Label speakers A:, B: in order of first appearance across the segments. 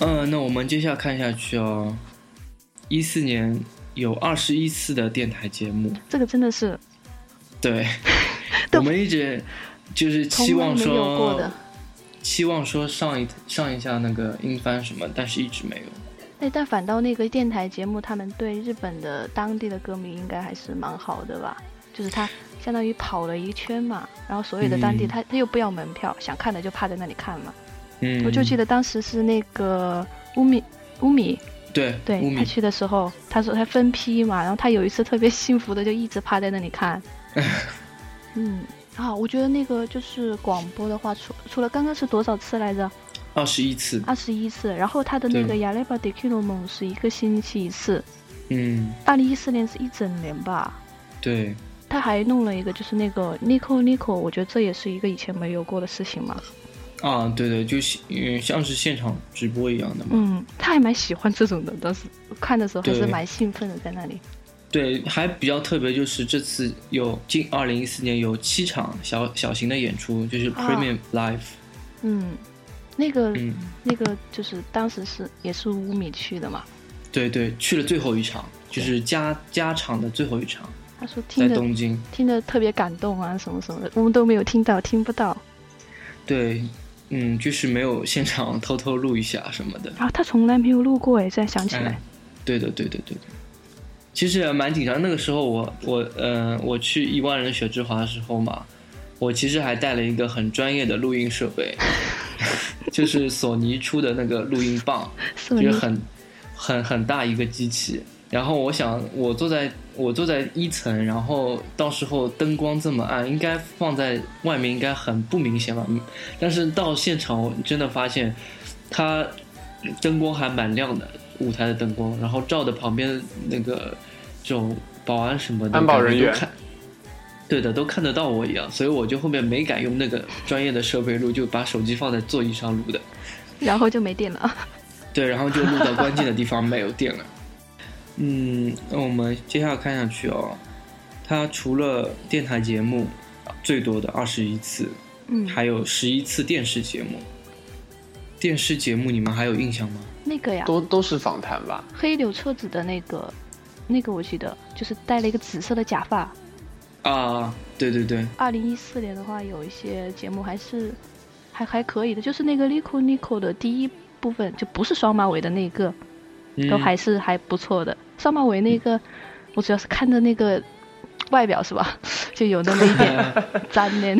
A: 嗯，那我们接下来看下去哦。一四年有二十一次的电台节目，
B: 这个真的是
A: 对，
B: 都
A: 我们一直就是期
B: 从来
A: 望
B: 没有过
A: 说
B: 的。，
A: 期望说上一上一下那个英翻什么，但是一直没有。
B: 哎，但反倒那个电台节目，他们对日本的当地的歌迷应该还是蛮好的吧？就是他相当于跑了一圈嘛，然后所有的当地
A: 嗯
B: 他、他又不要门票，想看的就趴在那里看嘛。
A: 嗯，
B: 我就记
A: 得
B: 得当时是那个乌米乌米，
A: 对
B: 对
A: 五
B: 他
A: 米，
B: 去的时候，他说他分批嘛，然后他有一次特别幸福的就一直趴在那 里看。嗯，啊，我觉得那个就是广播的话，除除了刚刚是多少次来着？
A: 二十一次，
B: 二十一次。然后他的那个
A: 对
B: 亚雷巴迪 q 罗蒙是一个星期一次，
A: 嗯，
B: 二零一四年是一整年吧。
A: 对，
B: 他还弄了一个就是那个 Nico Nico，我觉得这也是一个以前没有过的事情嘛。
A: 啊，对对，就是嗯，像是现场直播一样的嘛。
B: 嗯，他还蛮喜欢这种的，当时看的时候还是
A: 对
B: 蛮兴奋的，在那里。
A: 对，还比较特别，就是这次有近二零一四年有七场小小型的演出，就是
B: 啊
A: Premium Live，、
B: 嗯，那个、
A: 嗯，
B: 那个就是当时是也是乌米去的嘛，
A: 对对，去了最后一场，就是加加场的最后一场，
B: 他说
A: 在
B: 听着
A: 东京。
B: 听着特别感动啊，什么什么的，我们都没有听到，听不到。
A: 对，嗯，就是没有现场 偷偷录一下什么的。
B: 然后他从来没有录过哎，现在想起
A: 嗯
B: 来，，
A: 对的，对的，对的。其实也蛮紧张，那个时候我我呃我去一万人雪之华的时候嘛，我其实还带了一个很专业的录音设备， 就是索尼出的那个录音棒，
B: 索
A: 就是
B: 尼
A: 很很很大一个机器。然后我想，我坐在我坐在一层，然后到时候灯光这么暗，应该放在外面应该很不明显吧。嗯但是到现场，我真的发现它灯光还蛮亮的，舞台的灯光，然后照的旁边那个这种保安什么的，
C: 安保人员
A: 感觉都看对的，都看得到我一样，所以我就后面没敢用那个专业的设备录，就把手机放在座椅上录的。
B: 然后就没电了。
A: 对，然后就录到关键的地方没有电了。嗯，那我们接下来看下去哦。它除了电台节目最多的二十一次，
B: 嗯，
A: 还有十一次电视节目。电视节目你们还有印象吗？
B: 那个呀，
C: 都都是访谈吧？
B: 黑柳彻子的那个，那个我记得就是戴了一个紫色的假发。
A: 啊，对对对，
B: 二零一四年的话，有一些节目还是还还可以的，就是那个 Nico Nico 的第一部分，就不是双马尾的那个，
A: 嗯、
B: 都还是还不错的。双马尾那个，我主要是看着那个外表是吧， 就有那么一点粘连。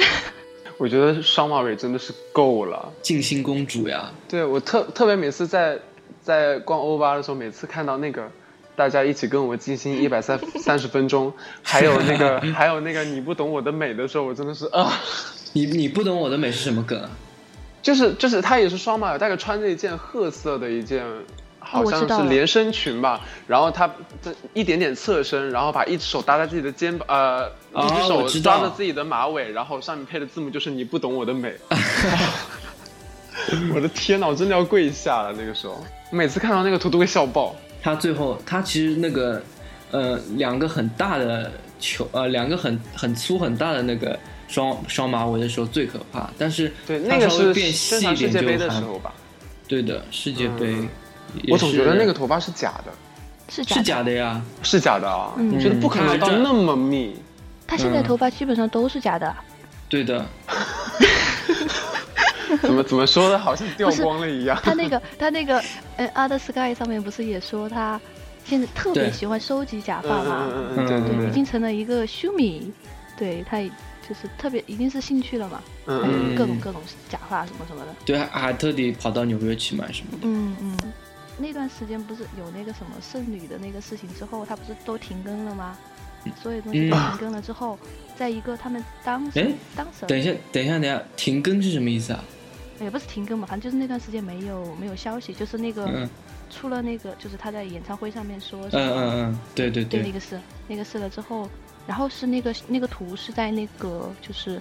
C: 我觉得双马尾真的是够了。
A: 静心公主呀，
C: 对我特特别每次在在逛欧巴的时候，每次看到那个大家一起跟我进行一百三三十分钟，还有那个还有那个你不懂我的美的时候，我真的是啊、
A: 你你不懂我的美是什么梗啊？
C: 就是就是她也是双马尾，大概穿着一件褐色的一件。好
B: 哦我
C: 像
B: 知道
C: 是
B: 了
C: 连身裙吧，然后她这一点点侧身，然后把一只手搭在自己的肩膀，呃，
A: 哦
C: 一只
A: 我
C: 手
A: 知道
C: 抓着自己的马尾，然后上面配的字幕就是“你不懂我 的美”。我的天呐，我真的要跪下了那个时候，每次看到那个图都会笑爆。
A: 他最后他其实那个呃两个很大的球呃两个很很粗很大的那个双双马尾的时候最可怕，但是
C: 对，
A: 它
C: 那个
A: 稍微
C: 是
A: 变细
C: 正
A: 一
C: 常世
A: 点
C: 界杯
A: 就
C: 的
A: 还
C: 时候吧。
A: 对的世界杯
C: 嗯，
A: 也
C: 我总觉得
A: 是
C: 那个头发是假的，
B: 是假
A: 是
B: 的，
A: 假的嗯呀，
C: 是假的啊，
B: 嗯
C: 我觉得不可能到那么密。
B: 他现在
A: 嗯
B: 头发基本上都是假的，
A: 对的，
C: 怎么怎么说的，好像掉
B: 不是
C: 光了一样。
B: 他那个他那个呃《Other Sky》上面不是也说他现在特别
A: 对
B: 喜欢收集假
C: 嗯
B: 发
C: 嗯
B: 嘛？
C: 嗯嗯，对
A: 嗯
B: 对，已
C: 对对，
B: 经成了一个修米，对他已就是特别已经是兴趣了嘛，
C: 嗯嗯
A: 嗯
B: 各种各种假发什么什么的。
A: 对，还还特地跑到纽约去买什么的，
B: 嗯嗯，那段时间不是有那个什么剩女的那个事情之后，他不是都停更了吗？所有东西都
A: 嗯
B: 停更了之后，在一个他们当
A: 哎
B: 时当时
A: 等一下等一下等一下，停更是什么意思啊？
B: 也不是停更嘛，反正就是那段时间没有没有消息，就是那个
A: 嗯
B: 出了那个就是他在演唱会上面说
A: 嗯
B: 什么
A: 嗯嗯，对对
B: 对
A: 对
B: 那，个事那个事了之后，然后是那个那个图是在那个就是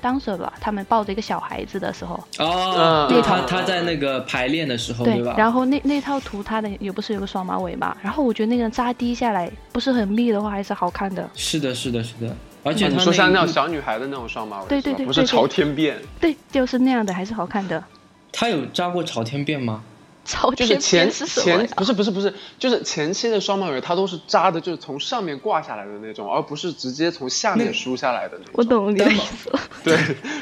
B: 当时吧，他们抱着一个小孩子的时候，
A: 哦，
C: 嗯
A: 对他
C: 嗯
A: 他在那个排练的时候
B: 对，
A: 哦吧？
B: 然后那那套图它的也不是有个双马尾嘛，然后我觉得那个扎低下来不是很密的话还是好看的。
A: 是的是的是的，而且
C: 嗯
A: 他
C: 你说像那
A: 那
C: 种
A: 一
C: 小女孩的那种双马尾，
B: 对
C: 是吧
B: 对对
C: 不是
B: 对对
C: 朝天辫。
B: 对，就是那样的还是好看的。
A: 他有扎过朝天辫吗？
B: 朝
C: 就是
B: 天边
C: 前
B: 是什么
C: 前
B: 呀？
C: 不是不是不是，就是前期的双马尾它都是扎的，就是从上面挂下来的那种，而不是直接从下面梳下来的那种。
B: 我。懂你的意思了，
C: 对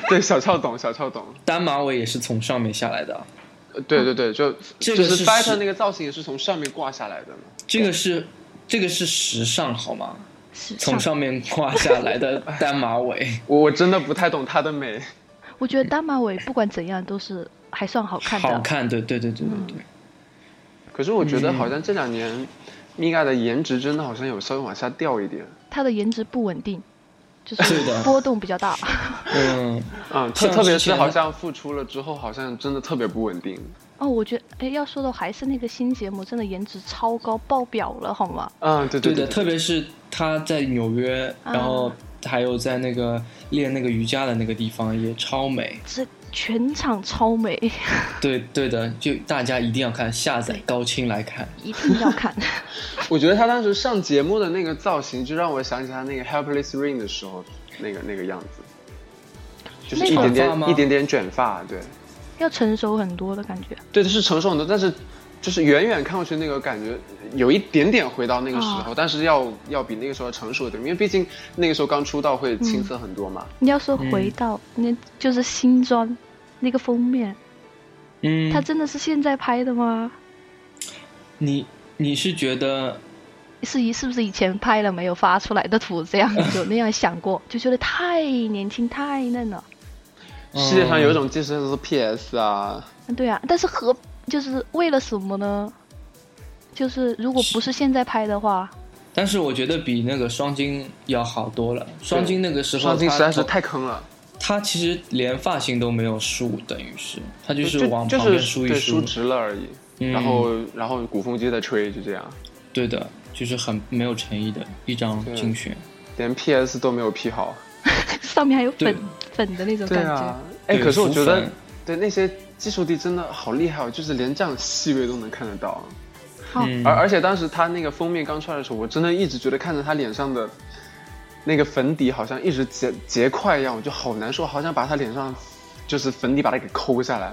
C: 对，小俏懂，小俏懂。
A: 单马尾也是从上面下来的啊，
C: 呃对对对，就
A: 这
C: 就
A: 个
C: 是
A: 是
C: fighter
A: 是
C: 那个造型也是从上面挂下来的嘛。，
A: 这个是这个是时尚好吗？
B: 时
A: 从
B: 尚
A: 上面挂下来的单马尾
C: 我我真的不太懂它的美。
B: 我觉得单马尾不管怎样都是还算好 看的。
A: 好看，对对对对对对，
C: 可是我觉得
A: 嗯
C: 好像这两年，米娅的颜值真的好像有稍微往下掉一点，
B: 她的颜值不稳定，就
A: 对的
B: 是波动比较大。
A: 嗯，
C: 嗯，特
A: 像
C: 特别
A: 之
C: 是
A: 前
C: 好像复出了之后，好像真的特别不稳定。
B: 哦，我觉得哎，要说的还是那个新节目，真的颜值超高，爆表了，好吗？
C: 嗯，对
A: 对
C: 对
A: 的，特别是他在纽约，
B: 啊
A: 然后还有在那个练那个瑜伽的那个地方也超美，
B: 这全场超美，
A: 对对的，就大家一定要看，下载高清来看，
B: 一定要看。
C: 我觉得他当时上节目的那个造型，就让我想起他那个《Helpless Rain》的时候那个那个样子，就是一
B: 那个
C: 点
A: 发吗
C: 点一点点卷发，对，
B: 要成熟很多的感觉。
C: 对，是成熟很多，但是就是远远看过去那个感觉有一点点回到那个时
A: 啊
C: 候，但是要要比那个时候要成熟一点，因为毕竟那个时候刚出道会青涩很多嘛。
B: 你要说回到、那就是新装那个封面，
A: 嗯，
B: 它真的是现在拍的吗？
A: 你你是觉得
B: 是以是不是以前拍了没有发出来的图这样有那样想过，就觉得太年轻太嫩了。
A: 嗯
C: 世界上有一种精神就是 PS 啊，
B: 嗯对啊，但是和就是为了什么呢？就是如果不是现在拍的话，
A: 嗯但是我觉得比那个双金要好多了。双金那个时候，
C: 上镜
A: 他
C: 实在是太坑了，
A: 他其实连发型都没有梳，等于是他就
C: 就是
A: 往
C: 就
A: 旁边
C: 是
A: 梳一
C: 对
A: 梳
C: 梳，直了而已，
A: 嗯
C: 然后然后鼓风机在吹，就这样，
A: 对的，就是很没有诚意的一张
C: 对
A: 精选。
C: 连 PS 都没有 P 好。
B: 上面还有
A: 对
B: 粉粉的那种
C: 对
B: 感觉。
C: 啊，哎，
A: 对
C: 可是我
A: 浮
C: 觉得
A: 粉
C: 对那些技术帝真的好厉害哦，就是连这样细微都能看得到。啊
B: 哦
A: 嗯，
C: 而而且当时他那个封面刚出来的时候，我真的一直觉得看着他脸上的那个粉底好像一直结结块一样，我就好难受，好想把他脸上就是粉底把它给抠下来。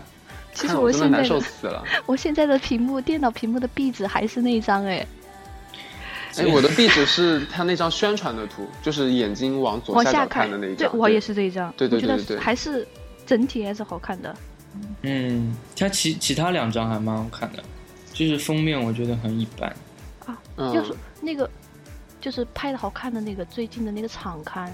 B: 其
C: 看
B: 实
C: 得
B: 我
C: 真的
B: 现在
C: 难
B: 的
C: 受 死了。
B: 我现在的屏幕电脑屏幕的壁纸还是那一张哎，
C: 哎，我的壁纸是他那张宣传的图，就是眼睛往左
B: 往
C: 下
B: 下
C: 角看的那一
B: 对
C: 张。
B: 我也。是这一张，
C: 对对对
B: 我觉
C: 对
B: 得
C: 对
B: 还是整体还是好看的。
A: 嗯，他其其他两张还蛮好看的，就是封面我觉得很一般。
B: 要说
C: 嗯，
B: 那个就是拍的好看的那个最近的那个场刊，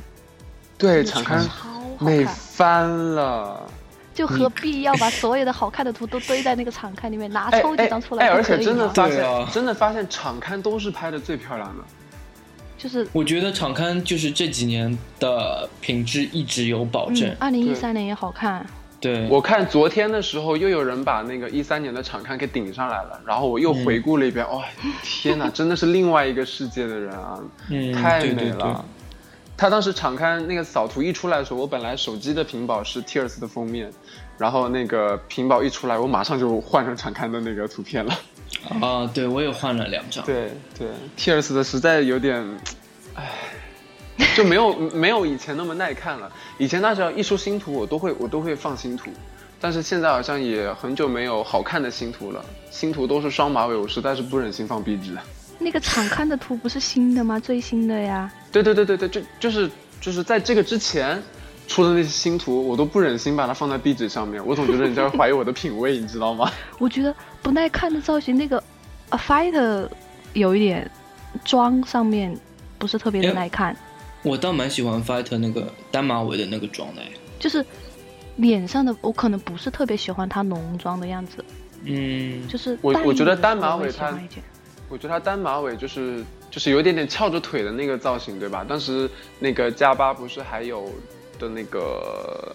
C: 对，
B: 真的超
C: 敞开
B: 好
C: 美
B: 看，
C: 翻了。
B: 就何必要把所有的好看的图都堆在那个场刊里面，拿
C: 哎
B: 啊抽几张出
C: 哎
B: 来
C: 哎，
B: 不
C: 而
B: 可
C: 且
B: 以
C: 真的
B: 吗？
C: 发
A: 对啊
C: 现，真的发现场刊都是拍的最漂亮的。
B: 就是
A: 我觉得场刊就是这几年的品质一直有保证
B: 嗯，。二零一三年也好看，
A: 对，
C: 我看昨天的时候，又有人把那个一三年的场刊给顶上来了，然后我又回顾了 一遍，哇、天哪，真的是另外一个世界的人啊，
A: 嗯，
C: 太
A: 对
C: 美
A: 对对
C: 了。他当时场刊那个扫图一出来的时候，我本来手机的屏保是 Tears 的封面，然后那个屏保一出来，我马上就换成场刊的那个图片了。
A: 啊，对我也换了两张。
C: 对对，Tears 的实在有点，唉，就没有没有以前那么耐看了。以前那时候一出新图，我都会我都会放新图，但是现在好像也很久没有好看的新图了。新图都是双马尾，我实在是不忍心放壁纸。
B: 那个场刊的图不是新的吗？最新的呀，
C: 对对对对对，就就是就是在这个之前。出的那些新图，我都不忍心把它放在壁纸上面。我总觉得人家会怀疑我的品味，你知道吗？
B: 我觉得不耐看的造型，那个 a fighter 有一点妆上面不是特别的
A: 哎
B: 耐看。
A: 我倒蛮喜欢 Fighter 那个单马尾的那个妆的。哎
B: 就是脸上的，我可能不是特别喜欢她浓妆的样子，
A: 嗯，
B: 就是
C: 我
B: 淡一
C: 我觉得
B: 点
C: 单马
B: 我会
C: 尾
B: 喜
C: 它
B: 欢一点
C: 我觉得他单马尾就是就是有一点点翘着腿的那个造型，对吧？当时那个加巴不是还有的那个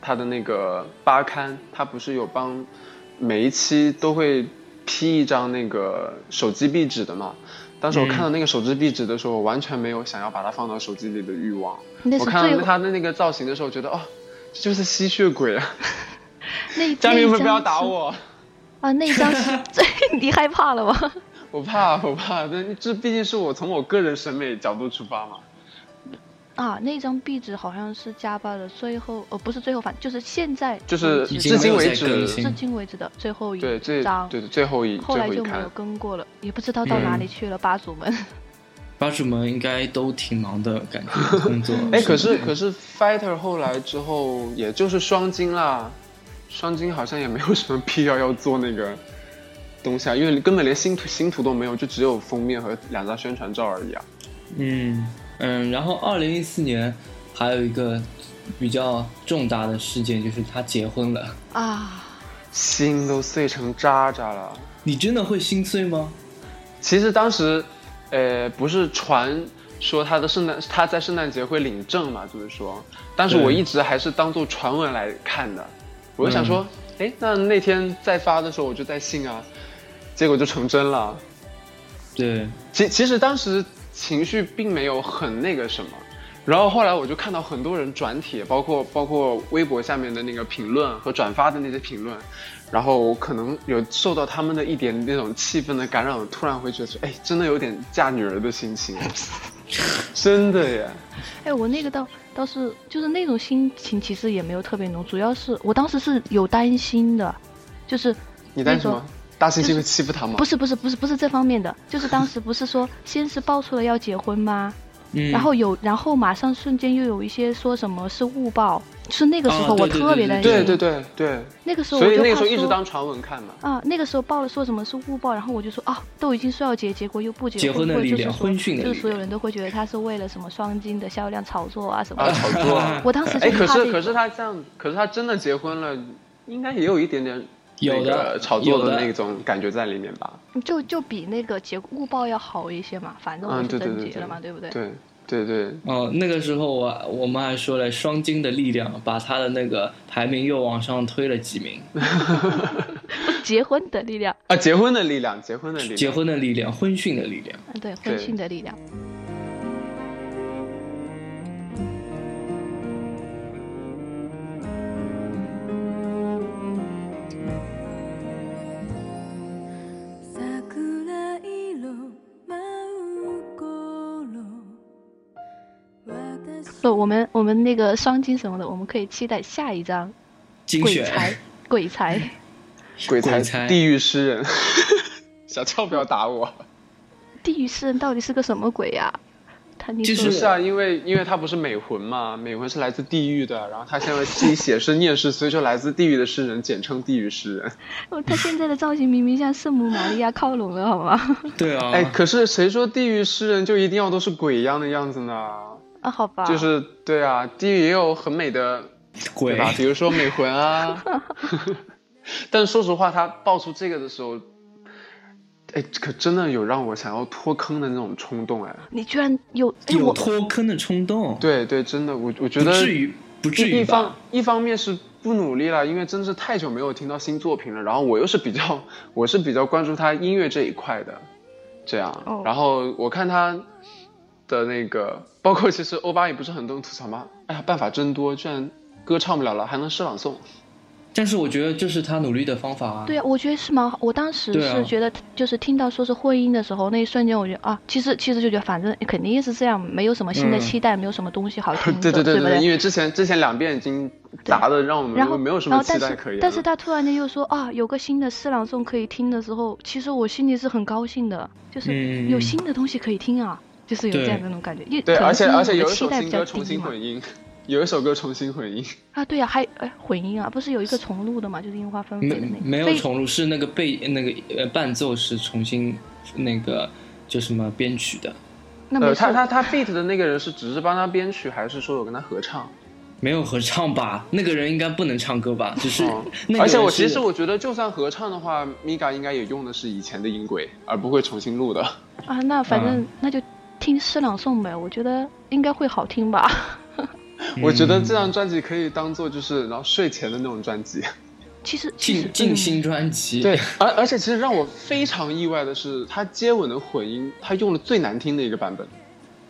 C: 他的那个八刊，他不是有帮每一期都会 P 一张那个手机壁纸的嘛？当时我
A: 嗯
C: 看到那个手机壁纸的时候，我完全没有想要把它放到手机里的欲望。
B: 那
C: 我
B: 是
C: 看到
B: 最
C: 他的那个造型的时候，觉得哦，这就是吸血鬼啊！
B: 那一
C: 嘉
B: 那
C: 宾
B: 一
C: 们不要
B: 张
C: 打
B: 是
C: 我。
B: 啊！那一张是最 你害怕了吗？
C: 我怕，我怕，但这毕竟是我从我个人审美角度出发嘛。
B: 啊，那张壁纸好像是加巴的最后，呃，不是最后反，就是现在
C: 就是
B: 为止
A: 已
B: 的
A: 经
C: 至
A: 没
C: 今
A: 有
C: 为
A: 再
C: 止
A: 更
B: 至
A: 新。
B: 今为止的最后一
C: 对，最
B: 张，
C: 对最后一
B: 后
C: 最
B: 来
C: 后一嗯
B: 就没有
C: 刊，
B: 跟过了，也不知道到哪里去了。吧，主们
A: 吧主们应该都挺忙的感觉，工 作。
C: 哎，可是可是 Fighter 后来之后，也就是双金啦，双金好像也没有什么必要要做那个东西啊，因为根本连新图新图都没有，就只有封面和两张宣传照而已啊。
A: 嗯嗯，然后二零一四年还有一个比较重大的事件，就是他结婚了。
B: 啊，
C: 心都碎成渣渣了。
A: 你真的会心碎吗？
C: 其实当时，呃，不是传说他的圣诞他在圣诞节会领证嘛，就是说，但是
A: 对
C: 我一直还是当做传闻来看的，我就想说，哎、那那天再发的时候我就在信啊，结果就成真了。
A: 对，
C: 其其实当时情绪并没有很那个什么，然后后来我就看到很多人转帖，包括包括微博下面的那个评论和转发的那些评论，然后我可能有受到他们的一点那种气氛的感染，我突然会觉得说，哎，真的有点嫁女儿的 心情，真的耶，
B: 哎，我那个倒倒是就是那种心情，其实也没有特别浓，主要是我当时是有担心的，就是
C: 你担心什
B: 那
C: 么？大猩猩会欺负他吗？
B: 不是不是不是不是这方面的，就是当时不是说先是爆出了要结婚吗？
A: 嗯，
B: 然后有，然后马上瞬间又有一些说什么是误报，是那个时
A: 啊
B: 候我
A: 对对
B: 特别
A: 对
B: 担心，
C: 对对对对，
B: 那个时候我
C: 所以
B: 就
C: 那个
B: 怕
C: 时候一直
B: 说
C: 当传闻看嘛。
B: 啊，那个时候报了说什么是误报，然后我就说啊，都已经说要结，结果又不结
A: 结婚的
B: 会
A: 力
B: 就是
A: 量
B: 说
A: 婚讯的
B: 就是
A: 力
B: 所有
A: 量
B: 人都会觉得他是为了什么双金的销量炒作啊什么
C: 啊，
B: 的。
C: 炒作啊！
B: 我当时
C: 哎，
B: 就
C: 可
B: 怕
C: 是
B: 这
C: 可是
B: 个，
C: 他这样，可是他真的结婚了，应该也有一点点
A: 有的
C: 那个炒作
A: 有的
C: 的那种感觉在里面吧？
B: 就就比那个结误报要好一些嘛，反正我
C: 嗯
B: 是
C: 对对
B: 真
C: 对
B: 结了嘛，对不对？
C: 对对对，
A: 哦，那个时候我我们还说了双金的力量，把他的那个排名又往上推了几名。
B: 结婚的力量，
C: 啊，结婚的力量，结婚的力量，
A: 结婚的力量，婚讯的力量。
B: 嗯，对，婚
C: 对
B: 庆的力量。
D: 桜色舞う頃私
B: 不，我们我们那个双金什么的，我们可以期待下一张
A: 精
B: 鬼
A: 选
B: 才， 鬼才。
A: 鬼
C: 鬼才
A: 才
C: 地狱诗人， 小俏不要打我。
B: 地狱诗人到底是个什么鬼呀、他你
A: 就
B: 说
C: 不
A: 是
C: 是啊，因为因为他不是美魂嘛，美魂是来自地狱的，然后他现在自己写诗念诗，所以就来自地狱的诗人，简称地狱诗人。
B: 哦他现在的造型明明向圣母玛利亚靠拢了，好吗？
A: 对啊，
C: 哎，可是谁说地狱诗人就一定要都是鬼一样的样子呢？
B: 啊，好吧，
C: 就是对啊，地狱也有很美的
A: 鬼
C: 对吧？比如说美 魂啊。但是说实话，他爆出这个的时候，哎，可真的有让我想要脱坑的那种冲动哎。
B: 你居然有哎
A: 有
B: 我
A: 脱坑的冲动，
C: 对对，真的，我我觉
A: 不
C: 得
A: 至于不至
C: 一
A: 于
C: 一方
A: 吧？
C: 一方面是不努力了，因为真的是太久没有听到新作品了。然后我又是比较我是比较关注他音乐这一块的，这样。
B: 哦
C: 然后我看他的那个，包括其实欧巴也不是很多人吐槽吗？哎呀，办法真多，居然歌唱不了了，还能诗朗诵。
A: 但是我觉得这是他努力的方法啊。
B: 对啊，我觉得是蛮好。我当时
A: 对啊
B: 是觉得，就是听到说是婚姻的时候，那一瞬间我觉得啊，其实其实就觉得反正肯定是这样，没有什么新的
A: 嗯
B: 期待，没有什么东西好听的，
C: 对对对
B: 不嗯对？
C: 因为之前之前两遍已经砸的，让我们
B: 然后
C: 没有什
B: 然
C: 么
B: 后
C: 期
B: 但
C: 待
B: 是
C: 可言了。
B: 但是他突然间又说啊，有个新的诗朗诵可以听的时候，其实我心里是很高兴的，就是
A: 嗯
B: 有新的东西可以听啊，就是有这样的那种感觉。因为
C: 对，
B: 可能
C: 而且
B: 是因为
C: 而且
B: 我的
C: 有一
B: 期
C: 首
B: 待
C: 新
B: 比较
C: 歌重
B: 低
C: 新
B: 嘛。
C: 混音，有一首歌重新混音，
B: 啊，对呀、还哎混音啊，不是有一个重录的嘛，就是樱花纷飞
A: 没
B: 的那个，
A: 没有
B: 非
A: 重录，是那个被那个呃伴奏是重新那个就什么编曲的，
B: 那没
C: 呃，
B: 事
C: 他他他 beat 的那个人是只是帮他编曲，还是说有跟他合唱？
A: 没有合唱吧？ 那个人应该不能唱歌吧？只是
C: 哦
A: 那个人是
C: 而且我其实我觉得，就算合唱的话，Miga 应该也用的是以前的音轨，而不会重新录的。
B: 啊，那反正、
C: 嗯
B: 那就听诗朗诵呗，我觉得应该会好听吧。 嗯
C: 我觉得这张专辑可以当做就是然后睡前的那种专辑。
B: 其实其实
A: 静静
B: 嗯
A: 心专辑，
C: 对，而而且其实让我非常意外的是，他接吻的混音，他用了最难听的一个版本。
B: 嗯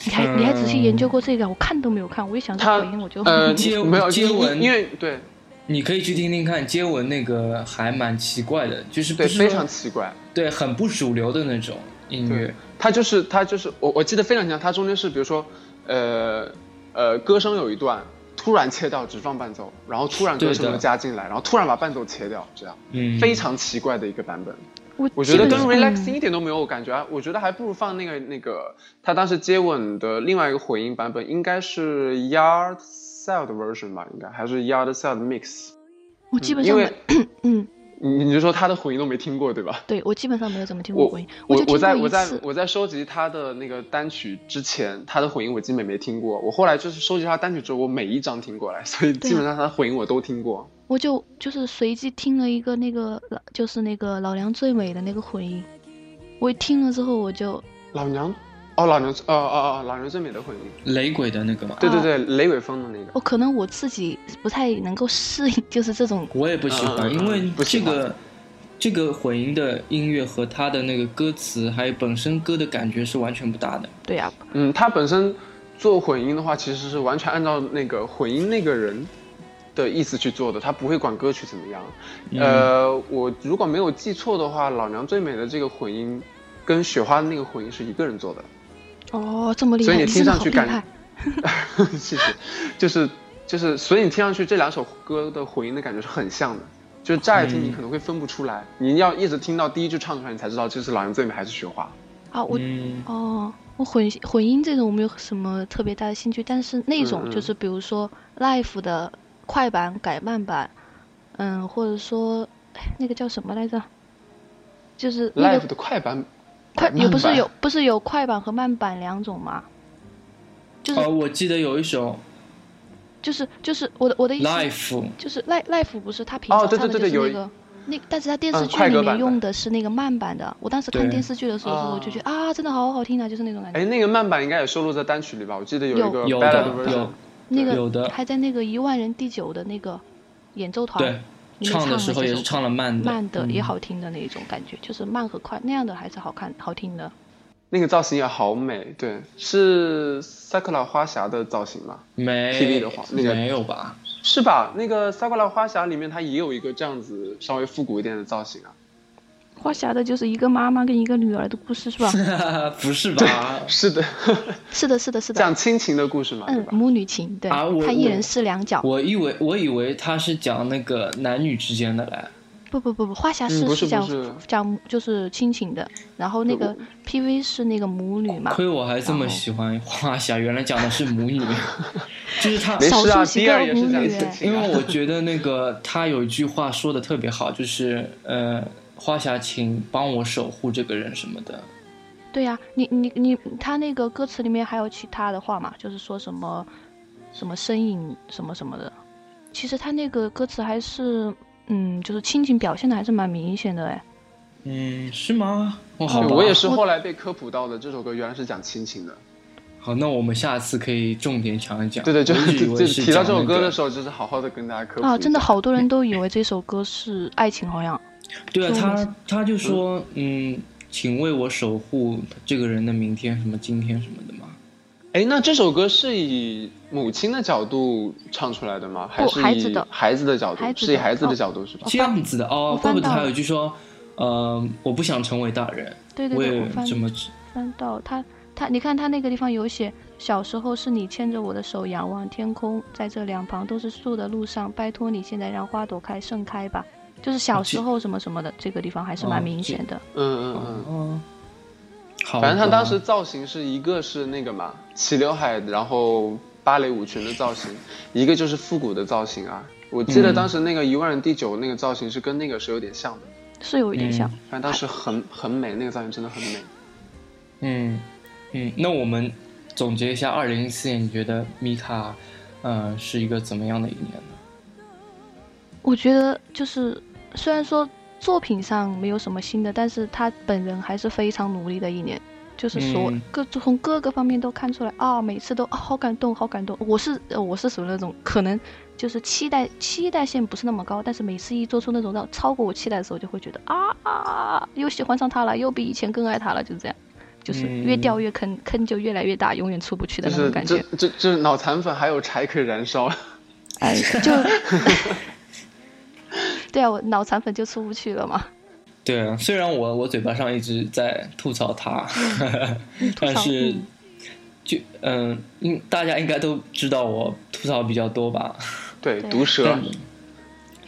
B: 你还你还仔细研究过这个？我看都没有看，我一想
C: 嗯他
B: 到回音我就、
C: 呃
A: 接
C: 没有
A: 接吻
C: 因为对
A: 你可以去听听看接吻那个还蛮奇怪的，就是不
C: 对
A: 是说
C: 非常奇怪。
A: 对很不主流的那种音乐
C: 对，他就是他就是我我记得非常清楚，他中间是比如说，呃呃，歌声有一段突然切掉，只放伴奏，然后突然歌声
A: 对
C: 又
A: 的
C: 加进来，然后突然把伴奏切掉，这样
A: 嗯，
C: 非常奇怪的一个版本。
B: 我
C: 我觉得跟
B: 基本上嗯
C: relaxing 一点都没有感觉啊，我觉得还不如放那个那个他当时接吻的另外一个混音版本，应该是 Yard Sale 的 version 吧，应该还是 Yard Sale 的 mix。
B: 我基本
C: 因
B: 上
C: 为
B: 没， 嗯，
C: 你你就说他的混音都没听过对吧？
B: 对我基本上没有怎么听过
C: 我
B: 混音，
C: 我
B: 就听
C: 在
B: 过
C: 我
B: 一
C: 在
B: 次。
C: 我在收集他的那个单曲之前，他的混音我基本没听过。我后来就是收集他单曲之后，我每一张听过来，所以
B: 对啊
C: 基本上他的混音我都听过。
B: 我就就是随机听了一个那个老，就是那个老梁最美的那个混音，我一听了之后我就
C: 老娘，哦老娘，哦哦哦老娘最美的混音，
A: 雷鬼的那个嘛，
C: 对
B: 哦
C: 对对，雷伟峰的那个
B: 我哦可能我自己不太能够适应，就是这种
A: 我也不喜
C: 嗯嗯
A: 欢，
C: 嗯
A: 因为
C: 不喜
A: 这
C: 欢
A: 个这个混音的音乐和它的那个歌词，还有本身歌的感觉是完全不搭的。
B: 对啊呀、
C: 嗯，他本身做混音的话，其实是完全按照那个混音那个人的意思去做的，他不会管歌曲怎么样。呃，我如果没有记错的话，老娘最美的这个混音跟雪花的那个混音是一个人做的。
B: 哦，这么厉害，
C: 所以你听
B: 真的
C: 上
B: 好
C: 去
B: 厉
C: 感
B: 害，
C: 谢谢，就是就是，所以你听上去这两首歌的混音的感觉是很像的，就是乍一听你可能会分不出来，你要一直听到第一句唱出来，你才知道这是《老人最美》还是《雪花》。
B: 啊！我、
A: 嗯，
B: 哦，我混混音这种我没有什么特别大的兴趣，但是那种
C: 嗯
B: 就
C: 嗯
B: 是比如说 l i f e 的快板改慢版，嗯，或者说哎那个叫什么来着，就是那
C: Live
B: 个
C: 的快版，
B: 快
C: 慢
B: 有不是
C: 版
B: 有不是有快板和慢板两种吗？就是、
A: 哦，我记得有一首
B: 就是就是我的我的
A: 《
B: 意思
A: Life》，
B: 就是赖赖福不是他平常
C: 哦对
B: 唱的
C: 对
B: 就是
C: 对对
B: 那个。那但是他电
C: 嗯
B: 视剧
C: 快
B: 里
C: 歌
B: 面
C: 版的
B: 用的是那个慢版的，我当时看
A: 对
B: 电视剧的时候，
C: 啊
B: 我就觉得啊，真的好好听啊，就是那种感觉。
C: 哎，那个慢版应该也收录在单曲里吧？我记得有一个
A: 有
C: ballad
A: 的
C: version
A: 有。
B: 那个
A: 有的
B: 还在那个一万人第九的那个演奏团
A: 对，
B: 里面唱
A: 的时候
B: 这
A: 也
B: 首
A: 是唱了慢的，
B: 慢的也
A: 嗯
B: 好听的那一种感觉，就是慢和快那样的还是好看好听的。
C: 那个造型也好美，对，是萨克拉花匣的造型吗？
A: 没
C: PV 的话那个
A: 没有吧？
C: 是吧？那个萨克拉花匣里面它也有一个这样子稍微复古一点的造型啊。
B: 花匣的就是一个妈妈跟一个女儿的故事是吧？
A: 不是 吧？
C: 是的，
B: 是的，是的，是的。
C: 讲亲情的故事嘛，对
B: 嗯
C: 吧，？
B: 母女情，对，
A: 啊我
B: 她一
A: 我
B: 人饰两角。
A: 我以为我以为他是讲那个男女之间的嘞，
B: 不不不不，花匣
C: 嗯不是
B: 讲、
C: 不是
B: 讲就是亲情的，然后那
C: 对
A: 呃
B: 个 PV 是那个母女嘛，
A: 亏我还这么喜欢花匣，原来讲的是母 女，就是他
C: 没事
B: 少
C: 啊，
B: 数几
C: 第二
B: 个
C: 也是
B: 母
C: 讲
B: 女
C: 亲
B: 哎
C: 情
A: 因
C: 啊。
A: 为我觉得那个他有一句话说的特别好，就是呃，花匣，请帮我守护这个人什么的。
B: 对呀、你你你，他那个歌词里面还有其他的话嘛，就是说什么什么身影什么什么的，其实他那个歌词还是嗯，就是亲情表现的还是蛮明显的哎，
A: 嗯，是吗？哦，好
C: 对
A: 吧，
C: 我也是后来被科普到的，这首歌原来是讲亲情的。
A: 好，那我们下次可以重点讲一讲。
C: 对对，就
A: 我一直以
C: 就
A: 为
C: 就是提到这
A: 讲
C: 首
A: 那
C: 歌
A: 个
C: 的时候，就是好好的跟大家科普一下。
B: 啊，真的好多人都以为这首歌是爱情，好像
A: 对啊，
B: 就
A: 他他就说，嗯，请为我守护这个人的明天，什么今天什么的嘛。
C: 哎，那这首歌是以母亲的角度唱出来的吗？还
B: 不
C: 是以
B: 孩子的
C: 孩子的角
B: 孩
C: 度？
B: 子
C: 是以
B: 的
C: 孩子的
B: 哦
C: 角度是吧？
A: 这样子的
B: 我
A: 哦，怪
B: 翻
A: 不得
B: 到
A: 还有
B: 了
A: 一句说，呃，我不想成为大人，
B: 对对
A: 我
B: 对，我
A: 也
B: 翻
A: 这么
B: 翻到他他，你看他那个地方有写，小时候是你牵着我的手仰望天空，在这两旁都是树的路上，拜托你现在让花朵开盛开吧。就是小
A: 哦
B: 时
A: 这
B: 候什么什么的，这个地方还是
A: 哦
B: 蛮明
A: 这
B: 显的。
C: 嗯嗯嗯。
A: 哦，好吧，
C: 反正他当时造型是一个是那个嘛，齐刘海，然后芭蕾舞裙的造型，一个就是复古的造型啊。我记得
A: 嗯
C: 当时那个一万人第九那个造型是跟那个是有点像的，
B: 是有一点像。
C: 反正当时很很美，那个造型真的很美。
A: 嗯嗯，那我们总结一下，二零一四年你觉得米卡，嗯、是一个怎么样的一年呢？
B: 我觉得就是虽然说作品上没有什么新的，但是他本人还是非常努力的一年，就是说
A: 嗯
B: 各从各个方面都看出来啊，每次都啊好感动，好感动。我是呃我是属于那种可能就是期待期待线不是那么高，但是每次一做出那种让超过我期待的时候，就会觉得啊啊，又喜欢上他了，又比以前更爱他了，就是这样。就是越
A: 嗯
B: 掉越坑，坑就越来越大，永远出不去的
C: 就
B: 那种
C: 是
B: 感觉
C: 这。这这脑残粉还有柴可以燃烧，
B: 哎，就，对啊，我脑残粉就出不去了嘛。
A: 对啊，虽然我我嘴巴上一直在吐槽他，
B: 嗯吐槽
A: 但是
B: 嗯
A: 就嗯，应大家应该都知道我吐槽比较多吧，
C: 对，啊
B: 对
C: 毒蛇
A: 但，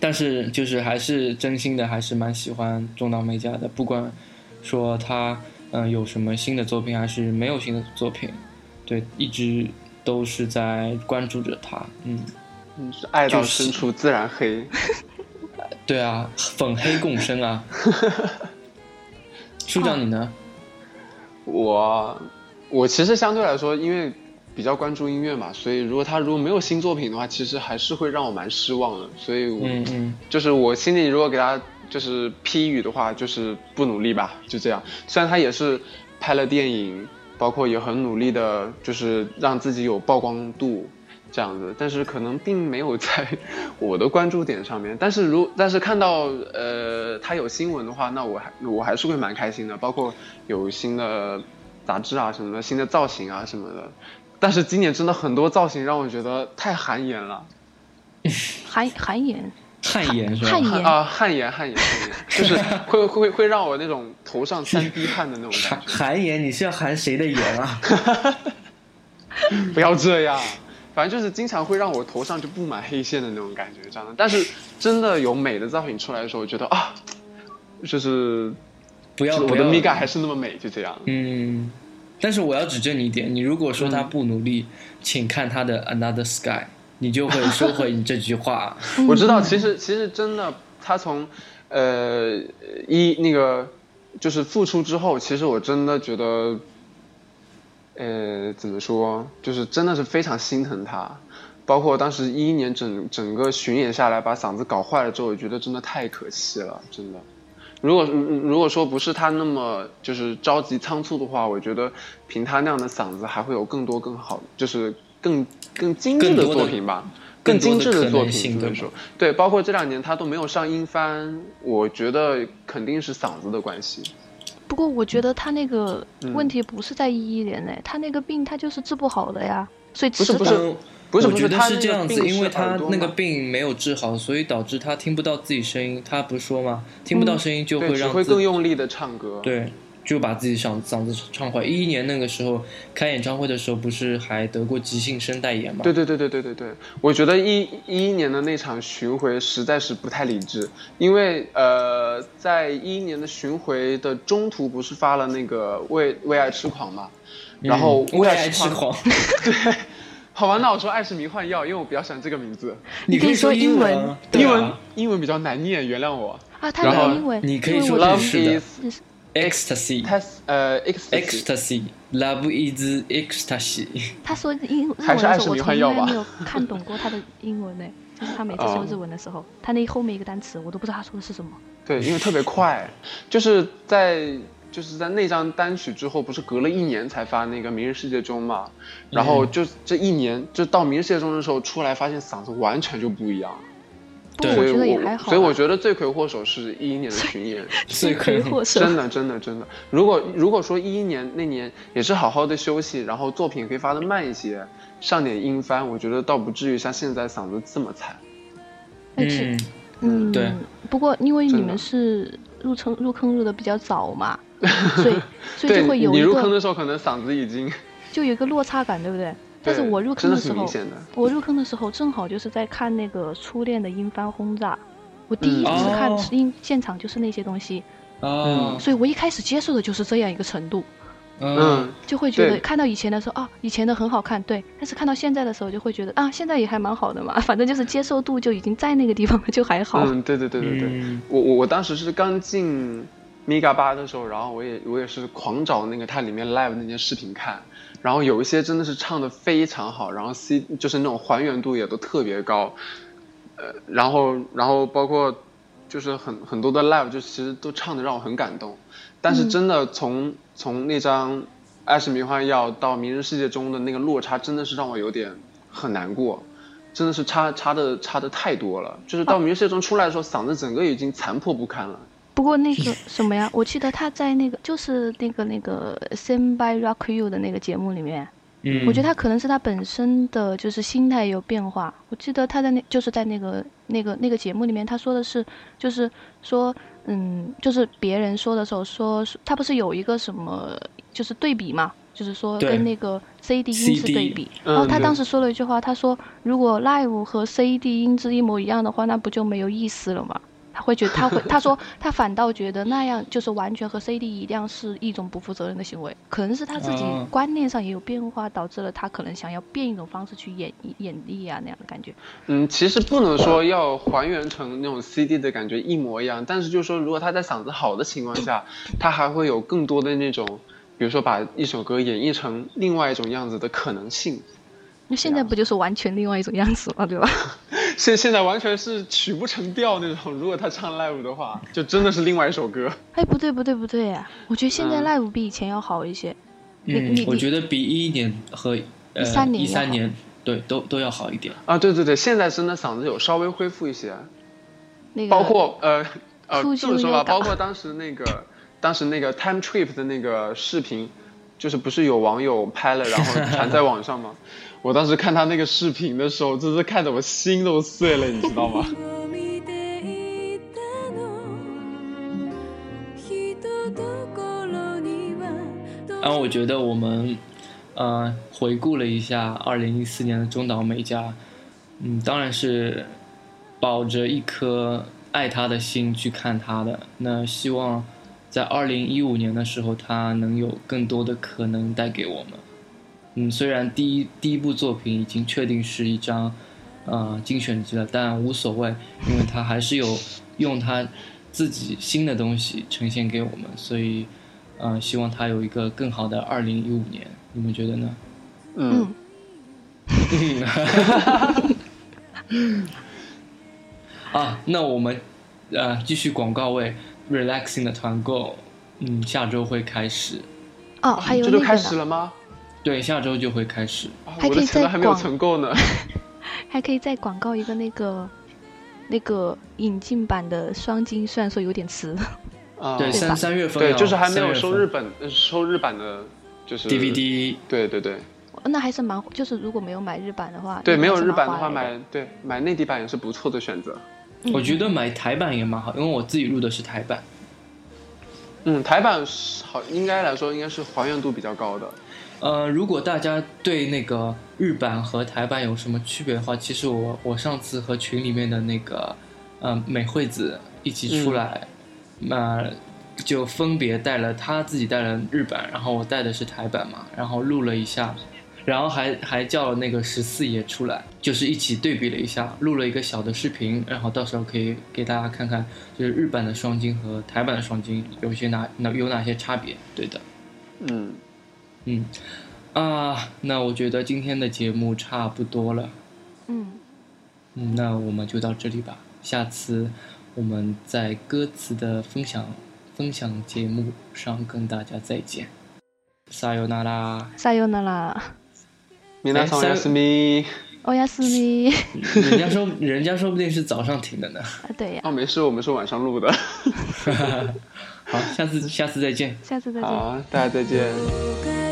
A: 但是就是还是真心的，还是蛮喜欢中岛美嘉的，不管说她嗯有什么新的作品，还是没有新的作品，对，一直都是在关注着她，嗯，
C: 嗯是爱到
A: 就是
C: 深处自然黑。
A: 对啊，粉黑共生啊。舒长你呢？
C: 我我其实相对来说，因为比较关注音乐嘛，所以如果他如果没有新作品的话，其实还是会让我蛮失望的。所以我，
A: 嗯嗯，
C: 就是我心里如果给他就是批语的话，就是不努力吧，就这样。虽然他也是拍了电影，包括也很努力的，就是让自己有曝光度这样子，但是可能并没有在我的关注点上面。但是如但是看到呃他有新闻的话，那我还我还是会蛮开心的，包括有新的杂志啊什么的，新的造型啊什么的。但是今年真的很多造型让我觉得太韩延了。
B: 韩韩演
A: 汗颜是吧？
B: 汗
C: 汗
B: 颜
C: 啊，汗颜，汗颜，汗颜，就是会会会让我那种头上 三滴汗的那种
A: 韩
C: 感觉。
A: 韩颜，你是要含谁的颜啊？
C: 不要这样，反正就是经常会让我头上就布满黑线的那种感觉，这样的。但是真的有美的造型出来的时候，我觉得啊，就是
A: 不要，
C: 我
A: 不
C: 的
A: 要
C: 米嘎还是那么美，就这样。
A: 嗯，但是我要指正你一点，你如果说
C: 嗯
A: 他不努力，请看他的《Another Sky》，你就会收回你这句话。
C: 我知道，其实其实真的，他从呃一那个就是复出之后，其实我真的觉得，呃，怎么说，就是真的是非常心疼他。包括当时一一年整整个巡演下来，把嗓子搞坏了之后，我觉得真的太可惜了，真的。如果如如果说不是他那么就是着急仓促的话，我觉得凭他那样的嗓子，还会有更多更好，就是更更精致
A: 更多的
C: 作品吧，
A: 更
C: 更
A: 多的
C: 精致
A: 可
C: 作
A: 能性
C: 品。所
A: 对
C: 以
A: 吧
C: 说，对，包括这两年他都没有上英翻，我觉得肯定是嗓子的关系。
B: 不过我觉得他那个
C: 嗯
B: 问题不是在一一年哎，他那个病他就是治不好的呀，所以
C: 不是
B: 迟
C: 不
B: 早
C: 是嗯不是
A: 我
C: 不
A: 觉
C: 是，
A: 得
C: 他那
A: 是
C: 个
A: 这样子，
C: 病
A: 因为
C: 是耳
A: 他
C: 朵
A: 那个
C: 嘛
A: 病没有治好，所以导致他听不到自己声音。他不是说嘛，听不到声音就
C: 嗯对
A: 会
C: 只
A: 让
C: 会
A: 自
C: 更
A: 己
C: 用力的唱歌。
A: 对，就把自己嗓嗓子唱坏。一一年那个时候开演唱会的时候，不是还得过急性声带炎嘛？
C: 对对对对对对对，我觉得一一一年的那场巡回实在是不太理智，因为呃，在一一年的巡回的中途不是发了那个为为爱痴狂嘛，
A: 嗯，
C: 然后
A: 为爱痴
C: 痴
A: 狂，
C: 好吧，那我说爱是迷幻药，因为我比较喜欢这个名字，
A: 你
B: 可以
A: 说
B: 说英文
A: 啊对
C: 英
A: 啊
C: 文英文比较难念，原谅我。
B: 啊，他
C: 然
B: 那
C: 后
B: 个英文，
A: 你可以
B: 英文
A: 说
B: 我觉得
A: 是
C: Love
A: 的
C: is
B: 就是
A: ecstasy
C: test 呃 ecstasy。
A: ecstasy love is ecstasy。
B: 他说英日文
C: 还
B: 的
C: 是
B: 时
C: 爱是
B: 候，我
C: 迷
B: 从
C: 幻药
B: 来没
C: 吧
B: 有看懂过他的英文呢。哎 就是他每次说
C: 哦
B: 日文的时候，他那后面一个单词我都不知道他说的是什么。
C: 对，因为特别快，就是在就是在那张单曲之后，不是隔了一年才发那个《明日世界中》嘛，然后
A: 嗯
C: 就这一年就到《明日世界中》的时候出来，发现嗓子完全就不一样了。
B: 不
A: 对
B: 过我觉
C: 所以我
B: 得也还好啦。啊
C: 所以我觉得罪魁祸首是一一年的巡演，
A: 罪魁
B: 罪
A: 祸
B: 祸首
C: 真的真的真的。如果如果说一一年那年也是好好的休息，然后作品可以发的慢一些，上点音翻，我觉得倒不至于像现在嗓子这么惨。
B: 哎其
A: 嗯，
B: 嗯，
A: 对。
B: 不过因为
C: 真
B: 你
C: 的
B: 们是入坑入坑入的比较早 嘛，所以所以
C: 对
B: 就会有
C: 你
B: 一
C: 入坑
B: 个
C: 的时候，可能嗓子已经
B: 就有一个落差感，对不对？ 但是
C: 对
B: 我入坑
C: 真的
B: 时
C: 是
B: 候
C: 明，显的。
B: 我入坑的时候正好就是在看那个《初恋的英翻轰炸》，我第一
C: 嗯
B: 次看
A: 哦
B: 音现场就是那些东西，
A: 哦，
B: 所以我一开始接受的就是这样一个程度。
A: 嗯
C: 嗯，
B: 就会觉得
C: 对
B: 看到以前的时候啊，以前的很好看，对。但是看到现在的时候，就会觉得啊，现在也还蛮好的嘛，反 正就是接受度就已经在那个地方了，就还好。
C: 嗯，对对对对对，
A: 嗯
C: 我我我当时是刚进 Mega 八的时候，然后我也我也是狂找那个它里面 live 那些视频看，然后有一些真的是唱的非常好，然后 C 就是那种还原度也都特别高，呃，然后然后包括就是很很多的 live 就其实都唱的让我很感动，但是
B: 嗯
C: 真的从、从那张《爱是迷幻药》到《明日世界》中的那个落差，真的是让我有点很难过。真的是差差的差的太多了，就是到《明日世界》中出来的时候，嗓子整个已经残破不堪了。
B: 不过那个什么呀，我记得他在那个就是那个那个《Sing by Rock You》的那个节目里面，
A: 嗯，
B: 我觉得他可能是他本身的就是心态有变化。我记得他在那就是在那个那个那个节目里面，他说的是就是说嗯，就是别人说的时候说他不是有一个什么就是对比嘛，就是说
A: 对
B: 跟那个 CD 音质
A: CD
B: 对比。
C: 嗯
B: 然后他
C: 对
B: 当时说了一句话，他说如果 Live 和 CD 音质一模一样的话，那不就没有意思了吗？他会觉得 他会他说他反倒觉得那样就是完全和 CD 一样是一种不负责任的行为，可能是他自己
A: 哦
B: 观念上也有变化，导致了他可能想要变一种方式去演绎演绎啊那样的感觉。
C: 嗯，其实不能说要还原成那种 CD 的感觉一模一样，但是就是说，如果他在嗓子好的情况下，他还会有更多的那种，比如说把一首歌演绎成另外一种样子的可能性。
B: 那现在不就是啊完全另外一种样子吗？对吧？
C: 现现在完全是曲不成调那种，如果他唱 live 的话，就真的是另外一首歌。
B: 哎，不对不对不对啊！我觉得现在
C: 嗯
B: live 比以前要好一些。你
A: 嗯
B: 你，
A: 我
B: 你
A: 觉得比一一年和呃
B: 13年
A: 一
B: 要好
A: 三年对都都要好一点。
C: 啊，对对对，现在真的嗓子有稍微恢复一些，
B: 那个
C: 包括呃呃
B: 促
C: 这么
B: 进
C: 说吧，
B: 优感
C: 包括当时那个当时那个 time trip 的那个视频，就是不是有网友拍了然后传在网上吗？ 我当时看他那个视频的时候，真是看得我心都碎了，你知道 吗？
D: を見ていたの人どころには
A: 然后我觉得我们，呃，回顾了一下二零一四年的中岛美嘉，嗯，当然是抱着一颗爱她的心去看她的。那希望在二零一五年的时候，她能有更多的可能带给我们。嗯，虽然第一第一部作品已经确定是一张，呃，精选集了，但无所谓，因为她还是有用她自己新的东西呈现给我们，所以。呃，希望他有一个更好的二零一五年，你们觉得 呢？
C: 嗯
B: 嗯，
A: 啊，那我们呃继续广告位，relaxing 的团购，嗯，下周会开始，
B: 哦，还有
C: 这
B: 那
C: 就
B: 个
C: 开始
B: 呢
C: 了吗？
A: 对，下周就会开始。
C: 啊
B: 还
C: 我
B: 可
C: 的
B: 以
C: 钱都
B: 再
C: 还没有
B: 逛
C: 存够呢。
B: 还可以再广告一个那个那个引进版的双金，虽然说有点迟，
C: 啊，
A: 对，三三月份
C: 对，
A: 要
C: 就是还没
A: 三
C: 有
A: 月份
C: 收日本呃收日版的，就是。
A: DVD，
C: 对对
B: 啊
C: 对
B: 那还是蛮就是如果没有买日版的话，
C: 对，
B: 那
C: 没有
B: 还是
C: 日
B: 蛮
C: 版的
B: 划
C: 话
B: 来
C: 买对买内地版也是不错的选择。
B: 嗯
A: 我觉得买台版也蛮好，因为我自己录的是台版。
C: 嗯，台版是好，应该来说应该是还原度比较高的。
A: 呃，如果大家对那个日版和台版有什么区别的话，其实我我上次和群里面的那个呃美惠子一起出来，那、就分别带了她自己带了日版，然后我带的是台版嘛，然后录了一下，然后还还叫了那个十四爷出来，就是一起对比了一下，录了一个小的视频，然后到时候可以给大家看看，就是日版的双金和台版的双金有些哪哪有哪些差别，对的。
C: 嗯，
A: 嗯，啊，那我觉得今天的节目差不多了，
B: 嗯，
A: 嗯，那我们就到这里吧。下次我们在歌词的分享分享节目上跟大家再见。撒由那拉，
B: 撒由那拉，
C: 米娜
A: 哎
C: 桑
A: 三
C: 亚斯米，
B: 欧哦亚斯 米，
A: 人家说人家说不定是早上听的呢。
B: 啊对呀，
C: 哦，没事，我们是晚上录的。
A: 好，下次下次再见。
B: 下次再见。
C: 好，大家再见。
D: どこか